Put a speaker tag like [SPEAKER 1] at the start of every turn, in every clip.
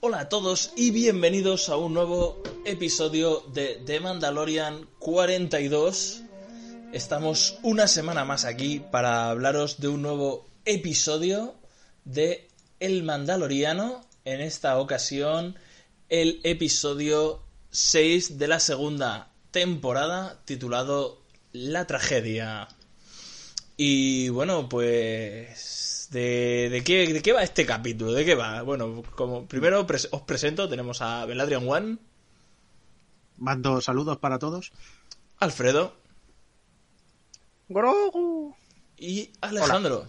[SPEAKER 1] Hola a todos y bienvenidos a un nuevo episodio de The Mandalorian 42. Estamos una semana más aquí para hablaros de un nuevo episodio de El Mandaloriano. En esta ocasión, el episodio 6 de la segunda temporada titulado La tragedia. Y bueno, pues de, de, qué, ¿De qué va este capítulo? ¿De qué va? Bueno, como primero pres- os presento, tenemos a Veladrian One.
[SPEAKER 2] Mando saludos para todos.
[SPEAKER 1] Alfredo.
[SPEAKER 3] Grogu.
[SPEAKER 1] Y Alejandro.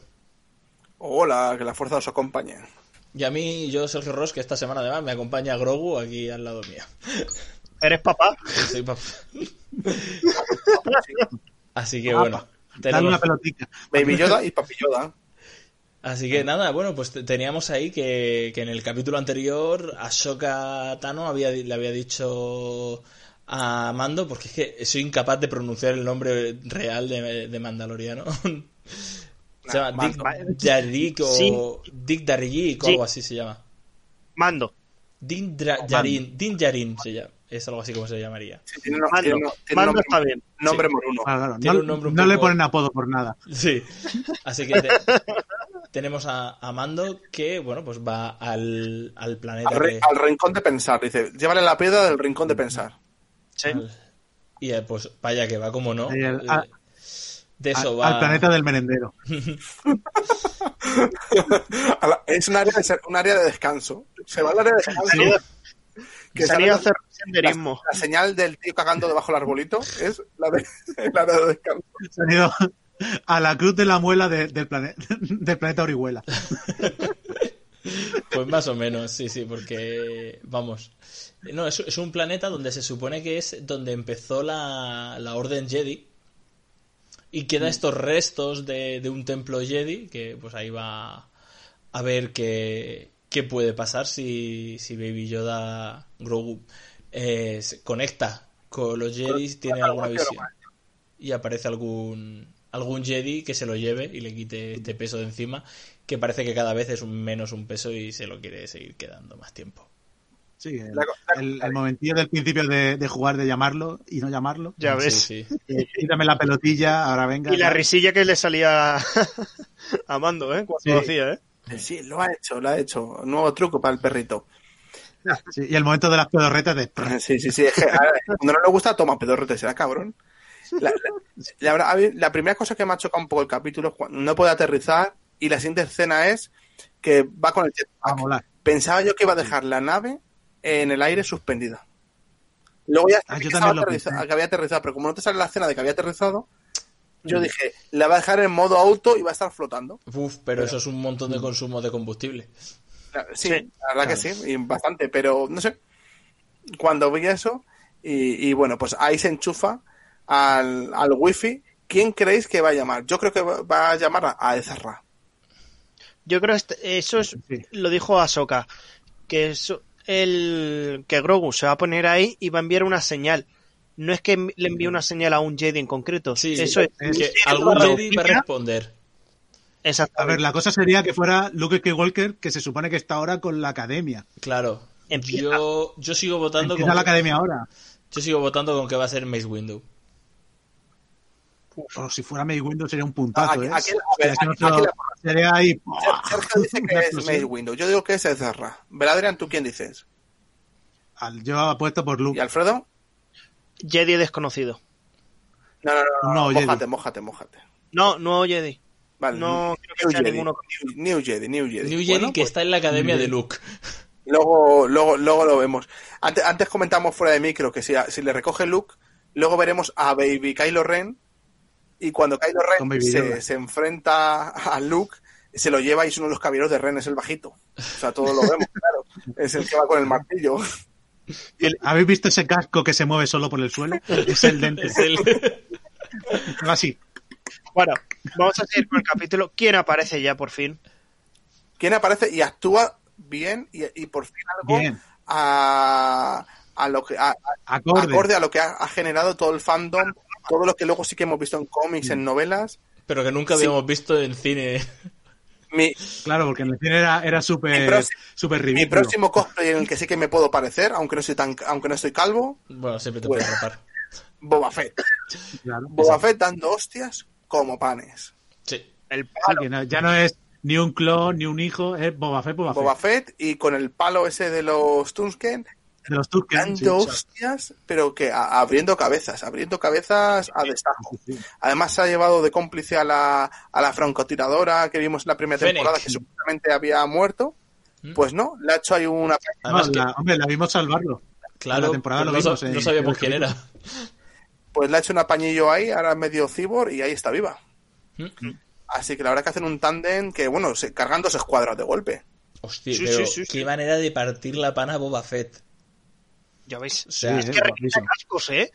[SPEAKER 4] Hola. Hola. que la fuerza os acompañe.
[SPEAKER 1] Y a mí, yo, Sergio Ross, que esta semana además me acompaña Grogu aquí al lado mío.
[SPEAKER 3] ¿Eres papá?
[SPEAKER 1] Soy papá. Así que bueno. Apa,
[SPEAKER 2] tenemos... Dale una pelotita.
[SPEAKER 4] Baby Yoda y Papi Yoda.
[SPEAKER 1] Así que nada, bueno, pues teníamos ahí que, que en el capítulo anterior Ahsoka Tano había, le había dicho a Mando, porque es que soy incapaz de pronunciar el nombre real de, de Mandaloriano. se llama nah, Dick Mando. Yarik o sí. Dick Darik o algo así se llama.
[SPEAKER 3] Mando.
[SPEAKER 1] Din, Dra- oh, Yarin, Mando. Din Yarin se llama. Es algo así como se llamaría.
[SPEAKER 4] Sí, tiene nombre, Mando, tiene, tiene
[SPEAKER 3] Mando nombre, está bien.
[SPEAKER 4] Nombre sí. moruno.
[SPEAKER 2] Ah, claro. tiene no, un nombre un no poco... le ponen apodo por nada.
[SPEAKER 1] Sí. Así que te... tenemos a, a, Mando que, bueno, pues va al, al planeta.
[SPEAKER 4] Al, re,
[SPEAKER 1] de...
[SPEAKER 4] al, rincón de pensar, dice. Llévale la piedra del rincón de pensar.
[SPEAKER 1] Sí. Al, y pues vaya que va, como no. Eh,
[SPEAKER 2] El, a,
[SPEAKER 1] de eso
[SPEAKER 2] al,
[SPEAKER 1] va.
[SPEAKER 2] Al planeta del merendero.
[SPEAKER 4] la, es un área, de, un área de descanso. Se va al área de descanso.
[SPEAKER 3] Que salía a hacer senderismo.
[SPEAKER 4] La, la, señal del tío cagando debajo del arbolito es la de, el área de descanso.
[SPEAKER 2] Salido a la cruz de la muela de, del, plane, del, planeta Orihuela.
[SPEAKER 1] Pues más o menos, sí, sí, porque vamos. No, es, es un planeta donde se supone que es donde empezó la, la Orden Jedi. Y queda estos restos de, de, un templo Jedi, que pues ahí va a ver qué, qué puede pasar si, si Baby Yoda Grogu eh, se conecta con los Jedi, tiene alguna visión. Y aparece algún, algún Jedi que se lo lleve y le quite este peso de encima, que parece que cada vez es un menos un peso y se lo quiere seguir quedando más tiempo.
[SPEAKER 2] Sí, el, el, el momentillo del principio de, de, jugar, de llamarlo y no llamarlo.
[SPEAKER 3] Ya ves. Sí,
[SPEAKER 2] sí. Eh, tírame la pelotilla, ahora venga.
[SPEAKER 3] Y la risilla que le salía a Mando, ¿eh? Cuando sí. lo hacía, ¿eh?
[SPEAKER 4] Sí, lo ha hecho, lo ha hecho. Nuevo truco para el perrito.
[SPEAKER 2] Sí, y el momento de las pedorretas de...
[SPEAKER 4] Sí, sí, sí. Es que, ahora, cuando no le gusta, toma pedorretas, será cabrón. La, la, la, la, primera cosa que me ha chocado un poco el capítulo es cuando no puede aterrizar y la siguiente escena es que va con el jetpack. Pensaba yo que iba a dejar la nave en el aire suspendida. Luego ya
[SPEAKER 2] ah,
[SPEAKER 4] que,
[SPEAKER 2] yo también
[SPEAKER 4] aterriza, que había aterrizado, pero como no te sale la escena de que había aterrizado,
[SPEAKER 2] Mm.
[SPEAKER 4] yo dije, la va a dejar en modo auto y va a estar flotando.
[SPEAKER 1] Uf, pero, pero eso es un montón de consumo de combustible.
[SPEAKER 4] Sí, sí la verdad claro. que sí, y bastante, pero no sé. Cuando vi eso, y, y bueno, pues ahí se enchufa al, al wifi, ¿quién creéis que va a llamar? Yo creo que va a llamar a, a Ezra.
[SPEAKER 3] Yo creo que eso es, sí. lo dijo Ahsoka, que es el que Grogu se va a poner ahí y va a enviar una señal. No es que le envíe una señal a un Jedi en concreto.
[SPEAKER 1] Sí,
[SPEAKER 3] eso
[SPEAKER 1] es, es que algún Jedi va a responder.
[SPEAKER 2] A ver, la cosa sería que fuera Luke Skywalker, que se supone que está ahora con la academia.
[SPEAKER 1] Claro. Empieza. Yo, yo sigo votando
[SPEAKER 2] Empieza con. la academia ahora.
[SPEAKER 1] Yo sigo votando con que va a ser Mace Window.
[SPEAKER 2] Pero si fuera May Windows sería un puntazo, ¿eh?
[SPEAKER 4] Aquel, a ver, aquel, aquel,
[SPEAKER 2] sería ahí. ¡buah!
[SPEAKER 4] Sergio dice que
[SPEAKER 2] Una
[SPEAKER 4] es
[SPEAKER 2] explosión.
[SPEAKER 4] Mace Windu. Yo digo que es Ezra. Veladrian, ¿tú quién dices?
[SPEAKER 2] Al- Yo apuesto por
[SPEAKER 4] ¿Y
[SPEAKER 2] Luke.
[SPEAKER 4] Alfredo?
[SPEAKER 3] Jedi desconocido.
[SPEAKER 4] No, no, no.
[SPEAKER 2] No,
[SPEAKER 4] no,
[SPEAKER 2] Jedi.
[SPEAKER 4] mójate, mójate, mójate.
[SPEAKER 3] No, no Jedi.
[SPEAKER 4] Vale.
[SPEAKER 3] No creo que
[SPEAKER 4] New
[SPEAKER 3] sea
[SPEAKER 4] Jedi,
[SPEAKER 3] ninguno.
[SPEAKER 4] New, New Jedi, New Jedi.
[SPEAKER 1] New Jedi
[SPEAKER 4] Bueno,
[SPEAKER 1] que
[SPEAKER 4] pues
[SPEAKER 1] está en la academia de Luke.
[SPEAKER 4] Luego, luego, luego lo vemos. Antes, antes comentamos fuera de micro que si, a- si le recoge Luke, luego veremos a Baby Kylo Ren. Y cuando Kylo
[SPEAKER 2] Con
[SPEAKER 4] Ren
[SPEAKER 2] Baby
[SPEAKER 4] se,
[SPEAKER 2] Yoda.
[SPEAKER 4] se enfrenta a Luke, se lo lleva y es uno de los caballeros de Ren, es el bajito. O sea, todos lo vemos, claro. Es el que va con el martillo.
[SPEAKER 2] El- ¿Habéis visto ese casco que se mueve solo por el suelo? Es el dente.
[SPEAKER 1] Es el-
[SPEAKER 2] Va así.
[SPEAKER 3] Bueno, vamos a seguir con el capítulo. ¿Quién aparece ya por fin?
[SPEAKER 4] quien aparece y actúa bien y, y por fin algo
[SPEAKER 2] Bien.
[SPEAKER 4] a, a lo que a- a-
[SPEAKER 2] Acorde.
[SPEAKER 4] acorde a lo que ha, ha generado todo el fandom, todo lo que luego sí que hemos visto en cómics, en novelas.
[SPEAKER 1] Pero que nunca habíamos visto en cine.
[SPEAKER 4] Mi,
[SPEAKER 2] Claro, porque en el cine era, era
[SPEAKER 4] Mi
[SPEAKER 2] súper
[SPEAKER 4] próximo-
[SPEAKER 2] súper
[SPEAKER 4] mi
[SPEAKER 2] ridículo.
[SPEAKER 4] próximo cosplay en el que sí que me puedo parecer, aunque no soy tan aunque no estoy calvo,
[SPEAKER 1] Bueno, siempre te
[SPEAKER 4] Bueno.
[SPEAKER 1] puedes rapar.
[SPEAKER 4] Boba Fett.
[SPEAKER 2] Claro.
[SPEAKER 4] Boba Fett dando hostias como panes.
[SPEAKER 1] Sí.
[SPEAKER 3] El
[SPEAKER 2] Sí, que no- ya no es ni un clon, ni un hijo, es Boba Fett, Boba,
[SPEAKER 4] Boba
[SPEAKER 2] Fett.
[SPEAKER 4] Fett y con el palo ese de los Tunsken
[SPEAKER 2] De los Turken. sí,
[SPEAKER 4] dando hostias, pero que a- abriendo cabezas, abriendo cabezas a destajo.
[SPEAKER 2] sí, sí.
[SPEAKER 4] Además se ha llevado de cómplice a la, a la francotiradora que vimos en la primera
[SPEAKER 1] Fennec.
[SPEAKER 4] temporada que supuestamente había muerto. Pues no, le ha hecho ahí una...
[SPEAKER 1] Además
[SPEAKER 2] No,
[SPEAKER 1] que-
[SPEAKER 2] la- hombre, la vimos salvarlo.
[SPEAKER 1] Claro,
[SPEAKER 2] la temporada lo
[SPEAKER 1] no, sa-
[SPEAKER 2] vimos, eh,
[SPEAKER 1] no sabíamos
[SPEAKER 2] creo que
[SPEAKER 1] quién era.
[SPEAKER 4] Pues le ha hecho un apañillo ahí, ahora es medio cibor y ahí está viva.
[SPEAKER 1] Mm.
[SPEAKER 4] Así que la verdad que hacen un tándem que, bueno, se, cargan dos escuadras de golpe.
[SPEAKER 1] Hostia,
[SPEAKER 3] Sí,
[SPEAKER 1] pero
[SPEAKER 3] sí, sí,
[SPEAKER 1] qué
[SPEAKER 3] sí.
[SPEAKER 1] manera de partir la pana a Boba Fett.
[SPEAKER 3] Ya veis.
[SPEAKER 1] O sea,
[SPEAKER 2] Sí,
[SPEAKER 3] Que
[SPEAKER 2] eh.
[SPEAKER 3] requiere
[SPEAKER 2] guapísimo.
[SPEAKER 3] cascos, ¿eh?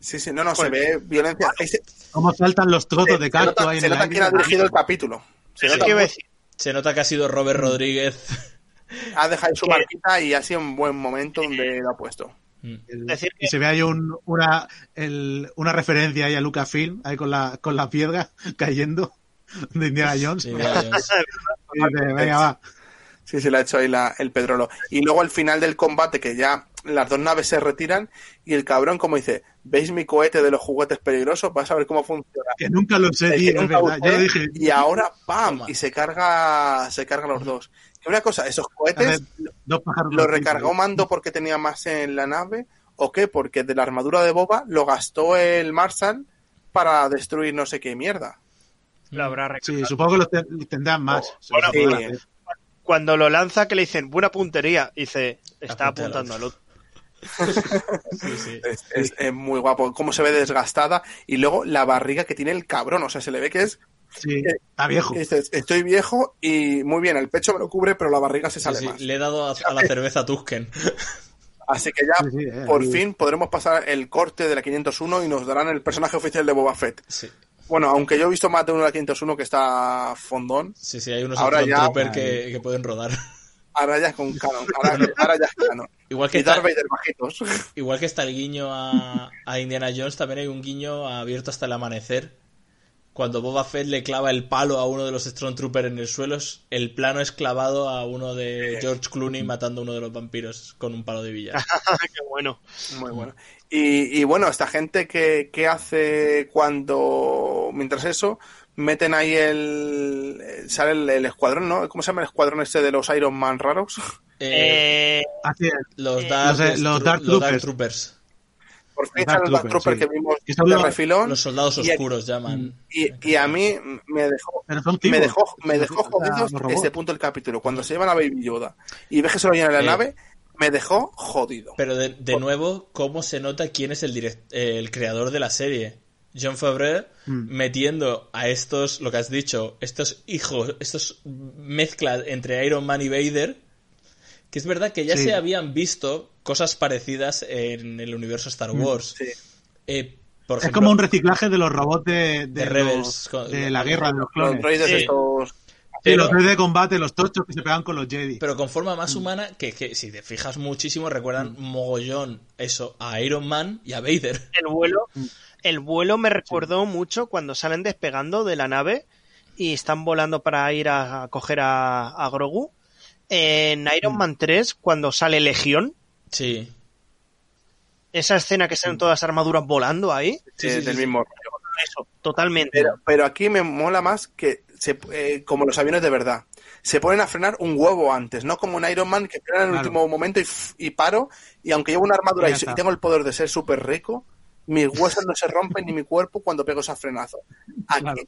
[SPEAKER 4] Sí, sí, no, no, se ve violencia. Ahí se,
[SPEAKER 2] Cómo saltan los trozos de
[SPEAKER 4] se
[SPEAKER 2] casco
[SPEAKER 4] nota,
[SPEAKER 2] ahí en
[SPEAKER 4] se
[SPEAKER 2] el
[SPEAKER 4] nota
[SPEAKER 2] aire.
[SPEAKER 4] quién ha dirigido el capítulo. Se
[SPEAKER 3] Es
[SPEAKER 4] nota
[SPEAKER 3] que iba a
[SPEAKER 4] mucho.
[SPEAKER 3] decir,
[SPEAKER 1] se nota que ha sido
[SPEAKER 2] Mm.
[SPEAKER 1] Robert Rodríguez.
[SPEAKER 4] ha dejado ahí su
[SPEAKER 3] que-
[SPEAKER 4] marquita y ha sido un buen momento donde lo ha puesto.
[SPEAKER 1] Mm.
[SPEAKER 2] El-
[SPEAKER 3] decir
[SPEAKER 2] y
[SPEAKER 3] que-
[SPEAKER 2] se ve ahí un- una, el- una referencia ahí a Lucasfilm, ahí con la, con la piedra cayendo de Indiana Jones.
[SPEAKER 1] Sí, mira, yo-
[SPEAKER 2] Y dice, venga, va.
[SPEAKER 4] Sí, se le ha hecho ahí la- el pedrolo. Y luego al final del combate, que ya las dos naves se retiran, y el cabrón, como dice, ¿veis mi cohete de los juguetes peligrosos? Vas a ver cómo funciona.
[SPEAKER 2] Que nunca lo sé,
[SPEAKER 4] El
[SPEAKER 2] tío,
[SPEAKER 4] que
[SPEAKER 2] es
[SPEAKER 4] nunca
[SPEAKER 2] verdad. Yo
[SPEAKER 4] usé,
[SPEAKER 2] lo dije.
[SPEAKER 4] Y ahora, ¡pam!
[SPEAKER 1] Toma.
[SPEAKER 4] Y se carga, se carga los dos. Que una cosa, ¿esos
[SPEAKER 2] a ver,
[SPEAKER 4] cohetes
[SPEAKER 2] dos pájaros
[SPEAKER 4] lo
[SPEAKER 2] de un tiro.
[SPEAKER 4] recargó Mando porque tenía más en la nave? ¿O qué? Porque de la armadura de Boba lo gastó el Marshall para destruir no sé qué mierda.
[SPEAKER 3] lo habrá
[SPEAKER 2] Sí,
[SPEAKER 3] recargado.
[SPEAKER 2] supongo que los ten- tendrán más.
[SPEAKER 4] Oh, bueno,
[SPEAKER 2] Se lo podrán
[SPEAKER 4] sí.
[SPEAKER 2] hacer.
[SPEAKER 3] Cuando lo lanza, que le dicen, buena puntería, y dice, está
[SPEAKER 1] Apunta al
[SPEAKER 3] apuntando al otro.
[SPEAKER 1] sí, sí.
[SPEAKER 4] Es, es- es muy guapo, cómo se ve desgastada. Y luego la barriga que tiene el cabrón, o sea, se le ve que es
[SPEAKER 2] Sí,
[SPEAKER 4] Eh,
[SPEAKER 2] está viejo.
[SPEAKER 4] Que dices, estoy viejo y muy bien, el pecho me lo cubre, pero la barriga se
[SPEAKER 1] Sí,
[SPEAKER 4] sale
[SPEAKER 1] sí,
[SPEAKER 4] más.
[SPEAKER 1] Le he dado a, a la cerveza Tusken.
[SPEAKER 4] Así que ya
[SPEAKER 2] Sí, sí, eh,
[SPEAKER 4] por
[SPEAKER 2] ahí.
[SPEAKER 4] fin podremos pasar el corte de la 501 y nos darán el personaje oficial de Boba Fett.
[SPEAKER 1] Sí,
[SPEAKER 4] Bueno, aunque yo he visto más de uno de la 501 que está fondón,
[SPEAKER 1] sí, sí, hay unos
[SPEAKER 4] Ahora ya-
[SPEAKER 1] Stormtroopers que, que pueden rodar.
[SPEAKER 4] ahora ya es con canon, ahora, ahora ya es canon.
[SPEAKER 1] Igual que,
[SPEAKER 4] Y
[SPEAKER 1] está,
[SPEAKER 4] Darth Vader bajitos.
[SPEAKER 1] igual que está el guiño a, a Indiana Jones, también hay un guiño a abierto hasta el amanecer. Cuando Boba Fett le clava el palo a uno de los Stormtroopers en el suelo, es- el plano es clavado a uno
[SPEAKER 4] Eh.
[SPEAKER 1] de George Clooney matando a uno de los vampiros con un palo de billar.
[SPEAKER 3] Qué bueno.
[SPEAKER 4] Muy bueno. Y, y bueno, esta gente que, que hace cuando, mientras eso, meten ahí el, eh, sale el, el escuadrón, ¿no? ¿Cómo se llama el escuadrón este de los Iron Man raros?
[SPEAKER 1] Eh,
[SPEAKER 3] Eh,
[SPEAKER 2] Así es.
[SPEAKER 1] los,
[SPEAKER 3] eh,
[SPEAKER 1] Dark,
[SPEAKER 2] los- los Dark
[SPEAKER 1] los Dark
[SPEAKER 2] Troopers.
[SPEAKER 1] Troopers.
[SPEAKER 4] Por fin
[SPEAKER 2] Dark
[SPEAKER 4] sale el Dark
[SPEAKER 2] Trooper,
[SPEAKER 4] Trooper
[SPEAKER 2] sí.
[SPEAKER 4] que vimos
[SPEAKER 2] Que son
[SPEAKER 4] de
[SPEAKER 2] los-
[SPEAKER 4] refilón
[SPEAKER 1] Los soldados
[SPEAKER 4] Y el-
[SPEAKER 1] oscuros llaman.
[SPEAKER 4] y, y a mí me dejó
[SPEAKER 2] Pero son
[SPEAKER 4] me
[SPEAKER 2] cibos.
[SPEAKER 4] dejó, me dejó
[SPEAKER 2] O sea,
[SPEAKER 1] Ah,
[SPEAKER 4] jodidos
[SPEAKER 2] los robots.
[SPEAKER 4] ese punto del capítulo. Cuando se llevan a Baby Yoda y ves que se lo llevan en la
[SPEAKER 1] Sí.
[SPEAKER 4] nave, me dejó jodido.
[SPEAKER 1] Pero de, de
[SPEAKER 4] Oh.
[SPEAKER 1] nuevo, ¿cómo se nota quién es el, direct- eh, el creador de la serie? John Favreau
[SPEAKER 2] Mm.
[SPEAKER 1] metiendo a estos, lo que has dicho, estos hijos, estos mezclas entre Iron Man y Vader, que es verdad que ya
[SPEAKER 2] Sí.
[SPEAKER 1] se habían visto cosas parecidas en el universo Star Wars.
[SPEAKER 4] Sí.
[SPEAKER 1] Eh, por
[SPEAKER 2] Mm, Es
[SPEAKER 1] ejemplo,
[SPEAKER 2] como un reciclaje de los robots de, de,
[SPEAKER 1] De
[SPEAKER 2] los-
[SPEAKER 1] Rebels, con-
[SPEAKER 2] de la guerra de los
[SPEAKER 4] Los
[SPEAKER 2] clones.
[SPEAKER 4] droides
[SPEAKER 1] Sí.
[SPEAKER 4] estos
[SPEAKER 2] Sí, los
[SPEAKER 1] pero-
[SPEAKER 2] droides de combate, los tochos que se pegan con los Jedi.
[SPEAKER 1] pero con forma
[SPEAKER 2] Mm.
[SPEAKER 1] más humana que, que si te fijas muchísimo recuerdan mogollón eso a Iron Man y a Vader.
[SPEAKER 3] el vuelo,
[SPEAKER 2] mm.
[SPEAKER 3] el vuelo me recordó mucho cuando salen despegando de la nave y están volando para ir a, a coger a, a Grogu.
[SPEAKER 2] Mm.
[SPEAKER 3] En Iron Man 3, cuando sale Legión,
[SPEAKER 1] Sí.
[SPEAKER 3] esa escena que
[SPEAKER 2] Mm.
[SPEAKER 3] salen todas las armaduras volando ahí,
[SPEAKER 1] Sí,
[SPEAKER 4] eh,
[SPEAKER 1] sí, sí,
[SPEAKER 4] del
[SPEAKER 1] sí.
[SPEAKER 4] mismo.
[SPEAKER 3] eso, totalmente.
[SPEAKER 4] Pero, pero aquí me mola más que se- eh, como los aviones de verdad. Se ponen a frenar un huevo antes, no como un Iron Man que frena en el
[SPEAKER 2] Claro.
[SPEAKER 4] último momento y, f- y paro. Y aunque llevo una armadura
[SPEAKER 2] Y
[SPEAKER 4] y,
[SPEAKER 2] ya
[SPEAKER 4] so- y
[SPEAKER 2] está.
[SPEAKER 4] tengo el poder de ser súper rico, mis huesos no se rompen ni mi cuerpo cuando pego esos frenazos. Aquí
[SPEAKER 2] Claro.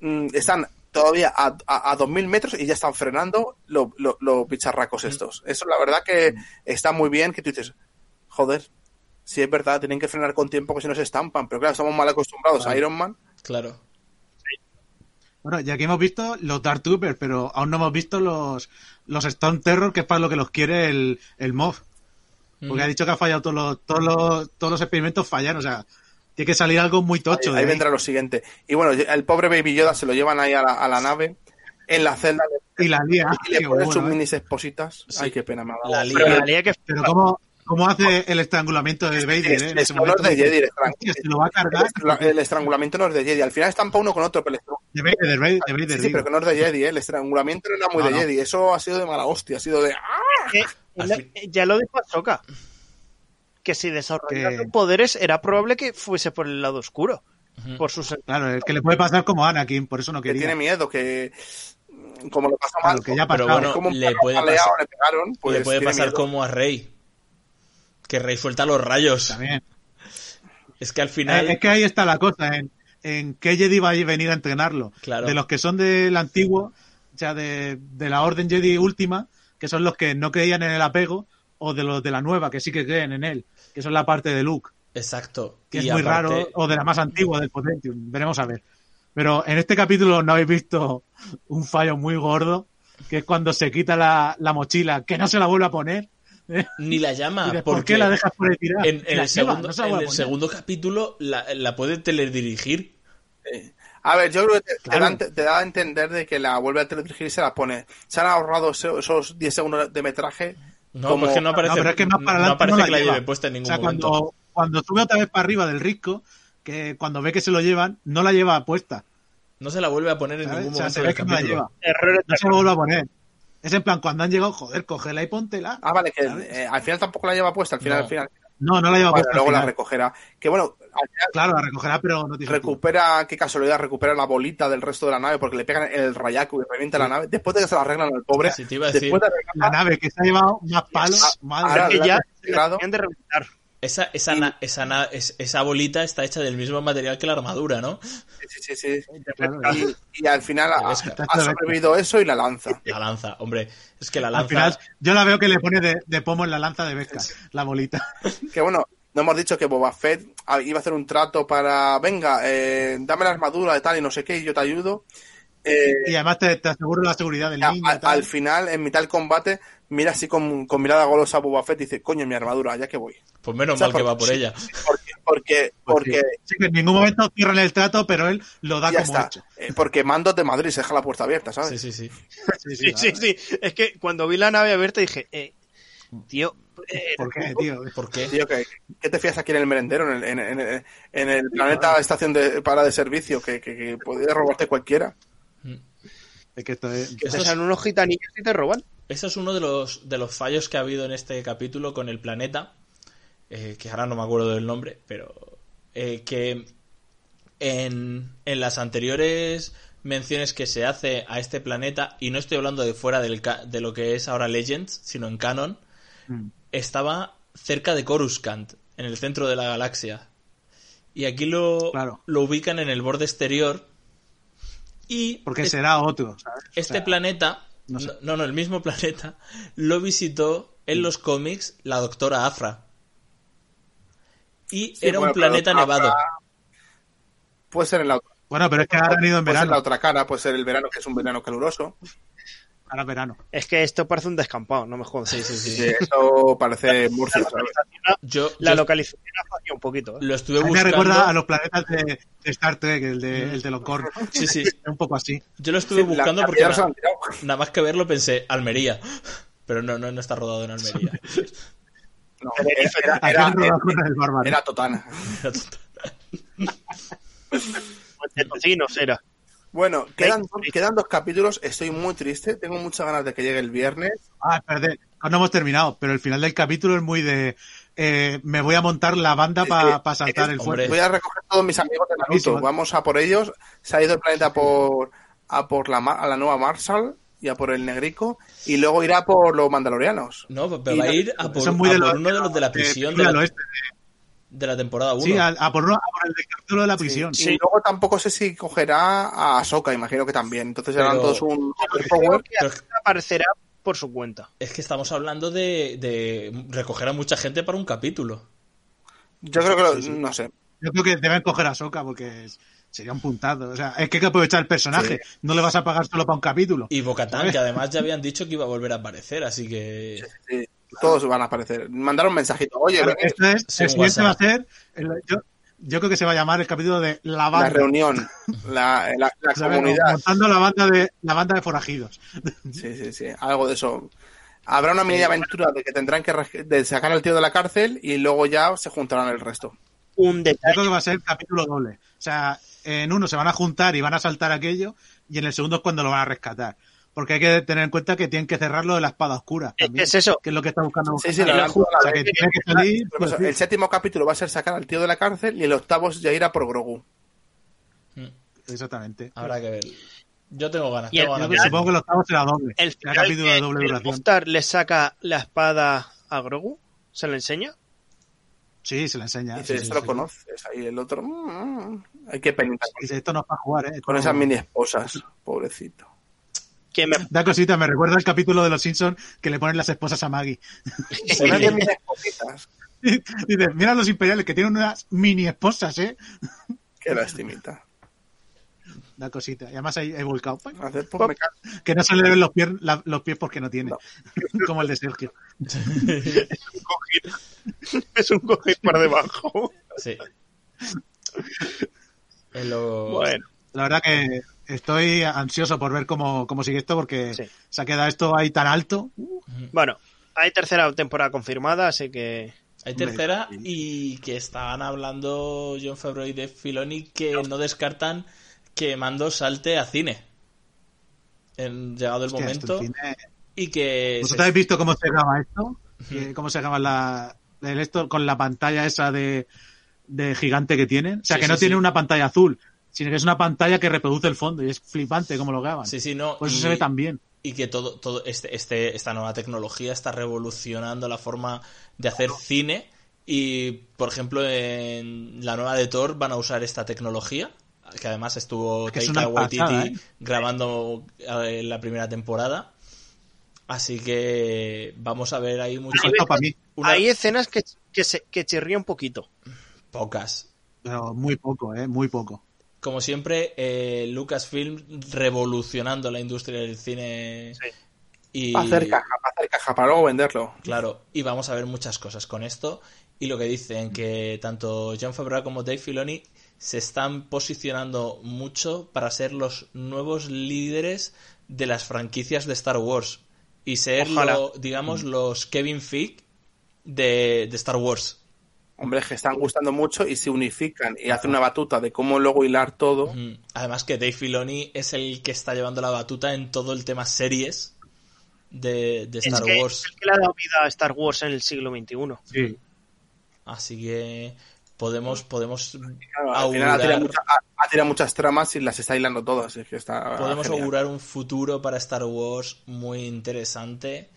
[SPEAKER 4] mm, están todavía a, a, a 2.000 metros y ya están frenando lo- lo- los bicharracos
[SPEAKER 2] Mm.
[SPEAKER 4] estos. Eso la verdad que está muy bien que tú dices, joder, si es verdad, tienen que frenar con tiempo que si no se estampan. Pero claro, estamos mal acostumbrados a Iron Man.
[SPEAKER 1] Claro.
[SPEAKER 2] Bueno, y aquí hemos visto los Dark Troopers, pero aún no hemos visto los, los Stone Terror, que es para lo que los quiere el, el MOV. Porque ha dicho que ha fallado todos los, todos los, todos los experimentos fallan, o sea, tiene que salir algo muy tocho. ¿eh?
[SPEAKER 4] ahí
[SPEAKER 2] de ahí.
[SPEAKER 4] vendrá lo siguiente. Y bueno, el pobre Baby Yoda se lo llevan ahí a la, a la nave, en la celda,
[SPEAKER 2] Y la lía.
[SPEAKER 4] y le
[SPEAKER 2] Qué
[SPEAKER 4] ponen
[SPEAKER 2] bueno,
[SPEAKER 4] sus
[SPEAKER 2] ¿eh?
[SPEAKER 4] minis espositas.
[SPEAKER 1] Sí.
[SPEAKER 4] Ay, qué pena me ha dado.
[SPEAKER 1] La
[SPEAKER 3] Pero
[SPEAKER 1] liga.
[SPEAKER 3] la realidad que
[SPEAKER 2] Pero cómo, cómo hace el estrangulamiento de Vader,
[SPEAKER 4] Es-
[SPEAKER 2] eh, en
[SPEAKER 4] es
[SPEAKER 2] ese
[SPEAKER 4] honor
[SPEAKER 2] momento?
[SPEAKER 4] de Jedi, el estran-
[SPEAKER 2] Hostia, se lo va a cargar
[SPEAKER 4] El, estra- el estrangulamiento no es de Jedi. Al final estampa uno con otro, pero el, estran-
[SPEAKER 2] de Vader, de Vader, de
[SPEAKER 4] sí,
[SPEAKER 2] Vader,
[SPEAKER 4] sí, pero
[SPEAKER 2] digo.
[SPEAKER 4] que no es de Jedi. ¿eh? El estrangulamiento no era muy
[SPEAKER 2] No,
[SPEAKER 4] de
[SPEAKER 2] no.
[SPEAKER 4] Jedi. Eso ha sido de mala hostia. Ha sido de. ¡Ah!
[SPEAKER 3] que-
[SPEAKER 1] Al
[SPEAKER 3] la-
[SPEAKER 1] fin.
[SPEAKER 3] ya lo dijo Ahsoka. Que si desarrollase
[SPEAKER 2] Que-
[SPEAKER 3] poderes era probable que fuese por el lado oscuro.
[SPEAKER 1] Ujú.
[SPEAKER 3] Por sus
[SPEAKER 2] Claro, es que le puede pasar como a Anakin, por eso no
[SPEAKER 4] que
[SPEAKER 2] quería.
[SPEAKER 4] tiene miedo, que mm, como lo pasó
[SPEAKER 2] Claro,
[SPEAKER 4] mal,
[SPEAKER 2] que ya ha
[SPEAKER 1] Pero
[SPEAKER 2] pasado.
[SPEAKER 1] bueno,
[SPEAKER 4] es como un
[SPEAKER 1] le
[SPEAKER 4] perro
[SPEAKER 1] puede
[SPEAKER 4] paleado,
[SPEAKER 1] pasar-
[SPEAKER 4] le pegaron, pues
[SPEAKER 1] le puede
[SPEAKER 4] tiene
[SPEAKER 1] pasar
[SPEAKER 4] miedo.
[SPEAKER 1] como a Rey. Que Rey suelta los rayos.
[SPEAKER 2] También.
[SPEAKER 1] Es que al final.
[SPEAKER 2] Eh, es que ahí está la cosa, en, en qué Jedi va a venir a entrenarlo.
[SPEAKER 1] Claro.
[SPEAKER 2] De los que son del antiguo, ya de, de la Orden Jedi última, que son los que no creían en el apego, o de los de la nueva, que sí que creen en él, que son la parte de Luke,
[SPEAKER 1] Exacto.
[SPEAKER 2] que
[SPEAKER 1] Y
[SPEAKER 2] es muy
[SPEAKER 1] aparte-
[SPEAKER 2] raro, o de la más antigua del Potentium, veremos a ver. Pero en este capítulo no habéis visto un fallo muy gordo, que es cuando se quita la, la mochila, que no se la vuelve a poner. ¿eh?
[SPEAKER 1] Ni la
[SPEAKER 2] Y
[SPEAKER 1] llama.
[SPEAKER 2] dices,
[SPEAKER 1] Ah,
[SPEAKER 2] ¿Por
[SPEAKER 1] porque
[SPEAKER 2] qué la dejas por ahí tirada?
[SPEAKER 1] En, en
[SPEAKER 2] La lleva,
[SPEAKER 1] el, segundo,
[SPEAKER 2] no se la
[SPEAKER 1] en
[SPEAKER 2] vuelve a
[SPEAKER 1] el
[SPEAKER 2] poner.
[SPEAKER 1] segundo capítulo la, la puede teledirigir.
[SPEAKER 4] Sí. A ver, yo creo que te, te
[SPEAKER 2] Claro.
[SPEAKER 4] dan- te- te da a entender de que la vuelve a teledirigir y se la pone. Se han ahorrado eso- esos 10 segundos de metraje.
[SPEAKER 1] No,
[SPEAKER 4] Como-
[SPEAKER 1] porque no aparece,
[SPEAKER 2] no, pero es que más
[SPEAKER 1] no
[SPEAKER 2] para adelante
[SPEAKER 1] aparece
[SPEAKER 2] no la
[SPEAKER 1] que la
[SPEAKER 2] lleva.
[SPEAKER 1] lleve puesta en ningún
[SPEAKER 2] o sea,
[SPEAKER 1] momento.
[SPEAKER 2] Cuando, cuando sube otra vez para arriba del risco, que cuando ve que se lo llevan, no la lleva puesta.
[SPEAKER 1] No se la vuelve a poner en
[SPEAKER 2] ¿sabes?
[SPEAKER 1] ningún
[SPEAKER 2] O sea,
[SPEAKER 1] momento
[SPEAKER 2] se ve
[SPEAKER 1] del
[SPEAKER 2] que no la lleva.
[SPEAKER 1] capítulo.
[SPEAKER 3] errores
[SPEAKER 2] No se lo vuelve a poner. Es en plan, cuando han llegado, joder, cógela y póntela.
[SPEAKER 4] Ah, vale, que
[SPEAKER 2] ¿Sabes?
[SPEAKER 4] eh, al final tampoco la lleva puesta. Al final,
[SPEAKER 1] No.
[SPEAKER 4] al final.
[SPEAKER 2] No, no la lleva
[SPEAKER 4] Bueno,
[SPEAKER 2] puesta. al
[SPEAKER 4] luego la
[SPEAKER 2] final.
[SPEAKER 4] recogerá. Que bueno, al final
[SPEAKER 2] Claro, la recogerá, pero no tiene sentido.
[SPEAKER 4] recupera, qué casualidad, recupera la bolita del resto de la nave porque le pegan el rayaco y revienta la nave. Después de que se la arreglan al pobre,
[SPEAKER 1] Sí, te iba a decir.
[SPEAKER 4] después de arreglarla,
[SPEAKER 2] La nave que se ha llevado más palos, madre
[SPEAKER 4] Ah. ahora-
[SPEAKER 2] mía.
[SPEAKER 3] que ya se
[SPEAKER 4] Claro.
[SPEAKER 3] deberían de reventar.
[SPEAKER 1] Esa, esa, na- esa, na- es- esa bolita está hecha del mismo material que la armadura, ¿no?
[SPEAKER 4] sí, sí, sí, sí.
[SPEAKER 2] Claro,
[SPEAKER 4] Y, y al final ha,
[SPEAKER 1] Ves, claro.
[SPEAKER 4] ha sobrevivido eso y la lanza.
[SPEAKER 1] La lanza, hombre. Es que la lanza.
[SPEAKER 2] Al final, yo la veo que le pone de, de pomo en la lanza de Vesca, la bolita.
[SPEAKER 4] Que bueno, no hemos dicho que Boba Fett ah, iba a hacer un trato para, venga, eh, dame la armadura y tal y no sé qué, y yo te ayudo. Eh,
[SPEAKER 2] Y además te, te aseguro la seguridad del
[SPEAKER 4] a-
[SPEAKER 2] niño.
[SPEAKER 4] al,
[SPEAKER 2] y tal.
[SPEAKER 4] al final, en mitad del combate, mira así con, con mirada golosa a Boba Fett y dice, coño, mi armadura, ya que voy.
[SPEAKER 1] Pues menos
[SPEAKER 4] O sea,
[SPEAKER 1] mal que va
[SPEAKER 4] porque-
[SPEAKER 1] por ella.
[SPEAKER 4] Porque,
[SPEAKER 2] Pues
[SPEAKER 4] porque,
[SPEAKER 2] sí.
[SPEAKER 4] porque
[SPEAKER 2] Sí, que en ningún momento cierran el trato, pero él lo da
[SPEAKER 4] ya
[SPEAKER 2] como
[SPEAKER 4] está.
[SPEAKER 2] hecho.
[SPEAKER 4] Eh, porque mandos de Madrid se deja la puerta abierta, ¿sabes?
[SPEAKER 1] Sí, sí, sí.
[SPEAKER 2] Sí,
[SPEAKER 3] Sí,
[SPEAKER 2] sí,
[SPEAKER 3] sí,
[SPEAKER 2] claro.
[SPEAKER 3] sí. Es que cuando vi la nave abierta dije, eh, tío, eh,
[SPEAKER 2] ¿Por qué, tío?
[SPEAKER 1] ¿Por qué?
[SPEAKER 4] Tío, ¿qué, qué te fías aquí en el merendero, en el, en, en- en- en el planeta estación de para de servicio, que, que, que podía robarte cualquiera?
[SPEAKER 2] Es que esto es...
[SPEAKER 3] te
[SPEAKER 1] Eso es,
[SPEAKER 3] salen unos gitanillos y te roban.
[SPEAKER 1] eso es uno de los, de los fallos que ha habido en este capítulo con el planeta. eh, que ahora no me acuerdo del nombre, pero. eh, que en, en las anteriores menciones que se hace a este planeta, y no estoy hablando de fuera del ca- de lo que es ahora Legends, sino en Canon,
[SPEAKER 2] Mm.
[SPEAKER 1] estaba cerca de Coruscant, en el centro de la galaxia. Y aquí lo,
[SPEAKER 2] Claro.
[SPEAKER 1] lo ubican en el borde exterior. Y
[SPEAKER 2] Porque
[SPEAKER 1] es-
[SPEAKER 2] será otro, ¿sabes? O
[SPEAKER 1] este
[SPEAKER 2] sea,
[SPEAKER 1] planeta, no,
[SPEAKER 2] no sé.
[SPEAKER 1] no, no, el mismo planeta, lo visitó en los cómics la doctora Afra. Y
[SPEAKER 4] Sí,
[SPEAKER 1] era
[SPEAKER 4] bueno,
[SPEAKER 1] un
[SPEAKER 4] pero
[SPEAKER 1] planeta
[SPEAKER 4] Afra-
[SPEAKER 1] nevado.
[SPEAKER 4] Puede ser en la otra,
[SPEAKER 2] Bueno, pero es que ahora han ido en
[SPEAKER 1] Pues
[SPEAKER 4] puede ser en la
[SPEAKER 2] verano.
[SPEAKER 4] otra cara, puede ser el verano, que es un verano caluroso.
[SPEAKER 2] Ahora es verano.
[SPEAKER 3] Es que esto parece un descampado, no me jodas.
[SPEAKER 1] Sí, sí, sí.
[SPEAKER 4] Y eso parece Murcia,
[SPEAKER 3] La
[SPEAKER 4] ¿sabes?
[SPEAKER 3] localización,
[SPEAKER 1] Yo,
[SPEAKER 3] la
[SPEAKER 1] yo
[SPEAKER 3] localización ha fallado un poquito. ¿eh?
[SPEAKER 1] lo estuve
[SPEAKER 2] A mí me
[SPEAKER 1] buscando.
[SPEAKER 2] recuerda a los planetas de, de Star Trek, el de, el de los cornos.
[SPEAKER 1] Sí, sí.
[SPEAKER 2] Es un poco así.
[SPEAKER 1] Yo lo estuve
[SPEAKER 4] Sí, la-
[SPEAKER 1] buscando
[SPEAKER 4] la
[SPEAKER 1] porque
[SPEAKER 4] piedra se la
[SPEAKER 1] na-
[SPEAKER 4] han tirado.
[SPEAKER 1] nada más que verlo pensé Almería. Pero no, no, no está rodado en Almería.
[SPEAKER 4] No, era, era-
[SPEAKER 2] Aquel
[SPEAKER 4] era-
[SPEAKER 2] rodado con el bárbaro.
[SPEAKER 4] era Totana.
[SPEAKER 3] De tocinos era.
[SPEAKER 4] Bueno, quedan, quedan dos capítulos, estoy muy triste, tengo muchas ganas de que llegue el viernes.
[SPEAKER 2] Ah, espérate, aún no hemos terminado, pero el final del capítulo es muy de... eh, me voy a montar la banda para
[SPEAKER 4] Sí, sí.
[SPEAKER 2] saltar el
[SPEAKER 1] Eh, Hombre.
[SPEAKER 2] fuerte.
[SPEAKER 4] Voy a recoger todos mis amigos de Naruto,
[SPEAKER 2] Buenísimo.
[SPEAKER 4] vamos a por ellos. Se ha ido el planeta por, a por la, mar- a la nueva Marshall y a por el negrico y luego irá por los mandalorianos.
[SPEAKER 1] No, pero
[SPEAKER 4] Y
[SPEAKER 1] va a
[SPEAKER 4] no-
[SPEAKER 1] ir a por,
[SPEAKER 2] Eso es muy Eh,
[SPEAKER 1] a
[SPEAKER 2] de
[SPEAKER 1] por
[SPEAKER 2] lo-
[SPEAKER 1] uno de los de la
[SPEAKER 2] de-
[SPEAKER 1] prisión
[SPEAKER 2] de
[SPEAKER 1] de
[SPEAKER 2] al
[SPEAKER 1] la,
[SPEAKER 2] oeste.
[SPEAKER 1] de la temporada 1.
[SPEAKER 2] Sí, a, a por, uno- a por el capítulo de la prisión.
[SPEAKER 4] Y luego tampoco sé si cogerá a Ahsoka, imagino que también. Entonces serán
[SPEAKER 1] Pero-
[SPEAKER 4] todos un
[SPEAKER 3] Creo
[SPEAKER 4] power.
[SPEAKER 3] que aparecerá por su cuenta.
[SPEAKER 1] Es que estamos hablando de, de recoger a mucha gente para un capítulo.
[SPEAKER 4] Yo creo que lo- no sé.
[SPEAKER 2] Yo creo que deben coger a Soca porque es- sería un puntado. O sea, es que hay que aprovechar el personaje. No le vas a pagar solo para un capítulo.
[SPEAKER 1] Y Bocatán, que además ya habían dicho que iba a volver a aparecer, así que.
[SPEAKER 4] Sí, todos van a aparecer. Mandaron un mensajito. Oye,
[SPEAKER 2] Claro,
[SPEAKER 4] venid,
[SPEAKER 2] esto es,
[SPEAKER 1] Sí,
[SPEAKER 2] el siguiente
[SPEAKER 1] WhatsApp.
[SPEAKER 2] va a ser. el- yo, yo creo que se va a llamar el capítulo de la
[SPEAKER 4] la
[SPEAKER 2] banda. Pues
[SPEAKER 4] reunión, la, la- la
[SPEAKER 2] ¿sabes?
[SPEAKER 4] comunidad.
[SPEAKER 2] Montando la banda de la banda de forajidos.
[SPEAKER 4] Sí, sí, sí, algo de eso. Habrá una mini aventura de que tendrán que re- de sacar al tío de la cárcel y luego ya se juntarán el resto.
[SPEAKER 3] Un
[SPEAKER 2] Yo
[SPEAKER 3] detalle.
[SPEAKER 2] creo que va a ser capítulo doble. O sea, en uno se van a juntar y van a saltar aquello, y en el segundo es cuando lo van a rescatar. Porque hay que tener en cuenta que tienen que cerrar lo de la espada oscura.
[SPEAKER 3] Es
[SPEAKER 2] también,
[SPEAKER 3] que es eso.
[SPEAKER 2] Que es lo que está buscando.
[SPEAKER 4] Sí, sí,
[SPEAKER 2] Bocatán.
[SPEAKER 4] lo harán toda la
[SPEAKER 2] o sea, que
[SPEAKER 4] vez.
[SPEAKER 2] tiene que salir. pues,
[SPEAKER 4] Pero eso,
[SPEAKER 2] sí.
[SPEAKER 4] el séptimo capítulo va a ser sacar al tío de la cárcel y el octavo ya irá por Grogu.
[SPEAKER 1] mm,
[SPEAKER 2] Exactamente.
[SPEAKER 1] Habrá que ver. Yo tengo ganas,
[SPEAKER 3] Y el
[SPEAKER 1] tengo
[SPEAKER 2] Yo
[SPEAKER 1] ganas.
[SPEAKER 2] creo que
[SPEAKER 1] de-
[SPEAKER 2] supongo que el octavo será doble.
[SPEAKER 3] El
[SPEAKER 2] será
[SPEAKER 3] final
[SPEAKER 2] capítulo de
[SPEAKER 3] que
[SPEAKER 2] doble
[SPEAKER 3] el
[SPEAKER 2] duración.
[SPEAKER 3] Moftar le saca la espada a Grogu, se la enseña.
[SPEAKER 2] Sí, se la enseña.
[SPEAKER 4] Dice,
[SPEAKER 2] Ah, Sí,
[SPEAKER 4] esto
[SPEAKER 2] sí,
[SPEAKER 4] lo
[SPEAKER 2] sí.
[SPEAKER 4] conoces. Ahí el otro. mm, mm, hay que penitar con,
[SPEAKER 2] Dice, esto no es para jugar, ¿eh?
[SPEAKER 4] con
[SPEAKER 2] Esto-
[SPEAKER 4] esas mini esposas. Pobrecito.
[SPEAKER 3] Que me
[SPEAKER 2] Da cosita, me recuerda el capítulo de Los Simpsons que le ponen las esposas a Maggie.
[SPEAKER 4] Una de mis espositas.
[SPEAKER 2] Dice, mira los imperiales que tienen unas mini esposas, ¿eh?
[SPEAKER 4] Qué lastimita.
[SPEAKER 2] Da cosita. Y además hay, hay volcado.
[SPEAKER 4] Hacer pop, me ca-
[SPEAKER 2] Que no se le ven los pies, la- los pies porque no tiene. Como el de Sergio.
[SPEAKER 3] es un coger por debajo.
[SPEAKER 1] Sí. Es lo-
[SPEAKER 3] Bueno,
[SPEAKER 2] La verdad que estoy ansioso por ver cómo, cómo sigue esto porque
[SPEAKER 3] Sí.
[SPEAKER 2] se ha quedado esto ahí tan alto.
[SPEAKER 3] bueno, hay tercera temporada confirmada, así que
[SPEAKER 1] Hay tercera y que estaban hablando John Favreau y de Filoni que no descartan que Mando salte a cine. En llegado el
[SPEAKER 2] Hostia, esto
[SPEAKER 1] momento.
[SPEAKER 2] en cine-
[SPEAKER 1] Y que.
[SPEAKER 2] ¿Vosotros
[SPEAKER 1] se-
[SPEAKER 2] habéis visto cómo se graba esto? Pues, Eh, ¿Cómo se graba la, el esto con la pantalla esa de, de gigante que tienen? O sea,
[SPEAKER 1] Sí,
[SPEAKER 2] que
[SPEAKER 1] sí,
[SPEAKER 2] no tienen
[SPEAKER 1] sí.
[SPEAKER 2] una pantalla azul, sino que es una pantalla que reproduce el fondo y es flipante cómo lo graban.
[SPEAKER 1] Sí, sí, no.
[SPEAKER 2] Por Pues eso
[SPEAKER 1] y-
[SPEAKER 2] se ve tan bien.
[SPEAKER 1] y que todo, todo este, este, esta nueva tecnología está revolucionando la forma de hacer cine y por ejemplo en la nueva de Thor van a usar esta tecnología que además estuvo
[SPEAKER 2] Que es
[SPEAKER 1] Taika
[SPEAKER 2] una
[SPEAKER 1] Waititi
[SPEAKER 2] pasada, ¿eh?
[SPEAKER 1] grabando eh, la primera temporada así que vamos a ver ahí
[SPEAKER 2] Me
[SPEAKER 1] muchas
[SPEAKER 2] faltó para mí,
[SPEAKER 1] una-
[SPEAKER 3] hay escenas que, que, se, que chirría un poquito.
[SPEAKER 1] pocas
[SPEAKER 2] pero muy poco, ¿eh? Muy poco.
[SPEAKER 1] como siempre eh, Lucasfilm revolucionando la industria del cine
[SPEAKER 3] Sí.
[SPEAKER 1] y
[SPEAKER 4] pa' hacer caja, para hacer caja, para luego venderlo.
[SPEAKER 1] Claro, y vamos a ver muchas cosas con esto. Y lo que dicen, que tanto John Favreau como Dave Filoni se están posicionando mucho para ser los nuevos líderes de las franquicias de Star Wars. Y ser,
[SPEAKER 3] Ojalá.
[SPEAKER 1] lo- digamos, los Kevin Feige de, de Star Wars.
[SPEAKER 4] Hombre, que están gustando mucho y se unifican y hacen una batuta de cómo luego hilar todo.
[SPEAKER 1] Ujú. Mm. Además que Dave Filoni es el que está llevando la batuta en todo el tema series de, de Star
[SPEAKER 3] es que
[SPEAKER 1] Wars.
[SPEAKER 3] es el que le ha dado vida a Star Wars en el siglo XXI.
[SPEAKER 2] Sí.
[SPEAKER 1] Así que podemos, podemos
[SPEAKER 4] Claro, al final ha tirado,
[SPEAKER 1] augurar-
[SPEAKER 4] mucha- ha- ha tirado muchas tramas y las está hilando todas. Es que está
[SPEAKER 1] podemos
[SPEAKER 4] Ah, genial.
[SPEAKER 1] augurar un futuro para Star Wars muy interesante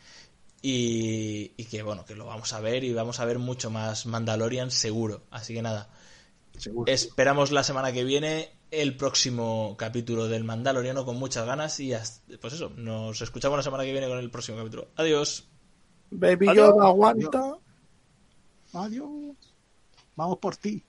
[SPEAKER 1] y, y que bueno, que lo vamos a ver y vamos a ver mucho más Mandalorian seguro. Así que nada,
[SPEAKER 2] Seguro.
[SPEAKER 1] esperamos la semana que viene el próximo capítulo del Mandaloriano con muchas ganas y hasta- pues eso, nos escuchamos la semana que viene con el próximo capítulo. Adiós.
[SPEAKER 4] Baby
[SPEAKER 3] Adiós.
[SPEAKER 4] Yoda, aguanta.
[SPEAKER 2] Adiós. Vamos por ti.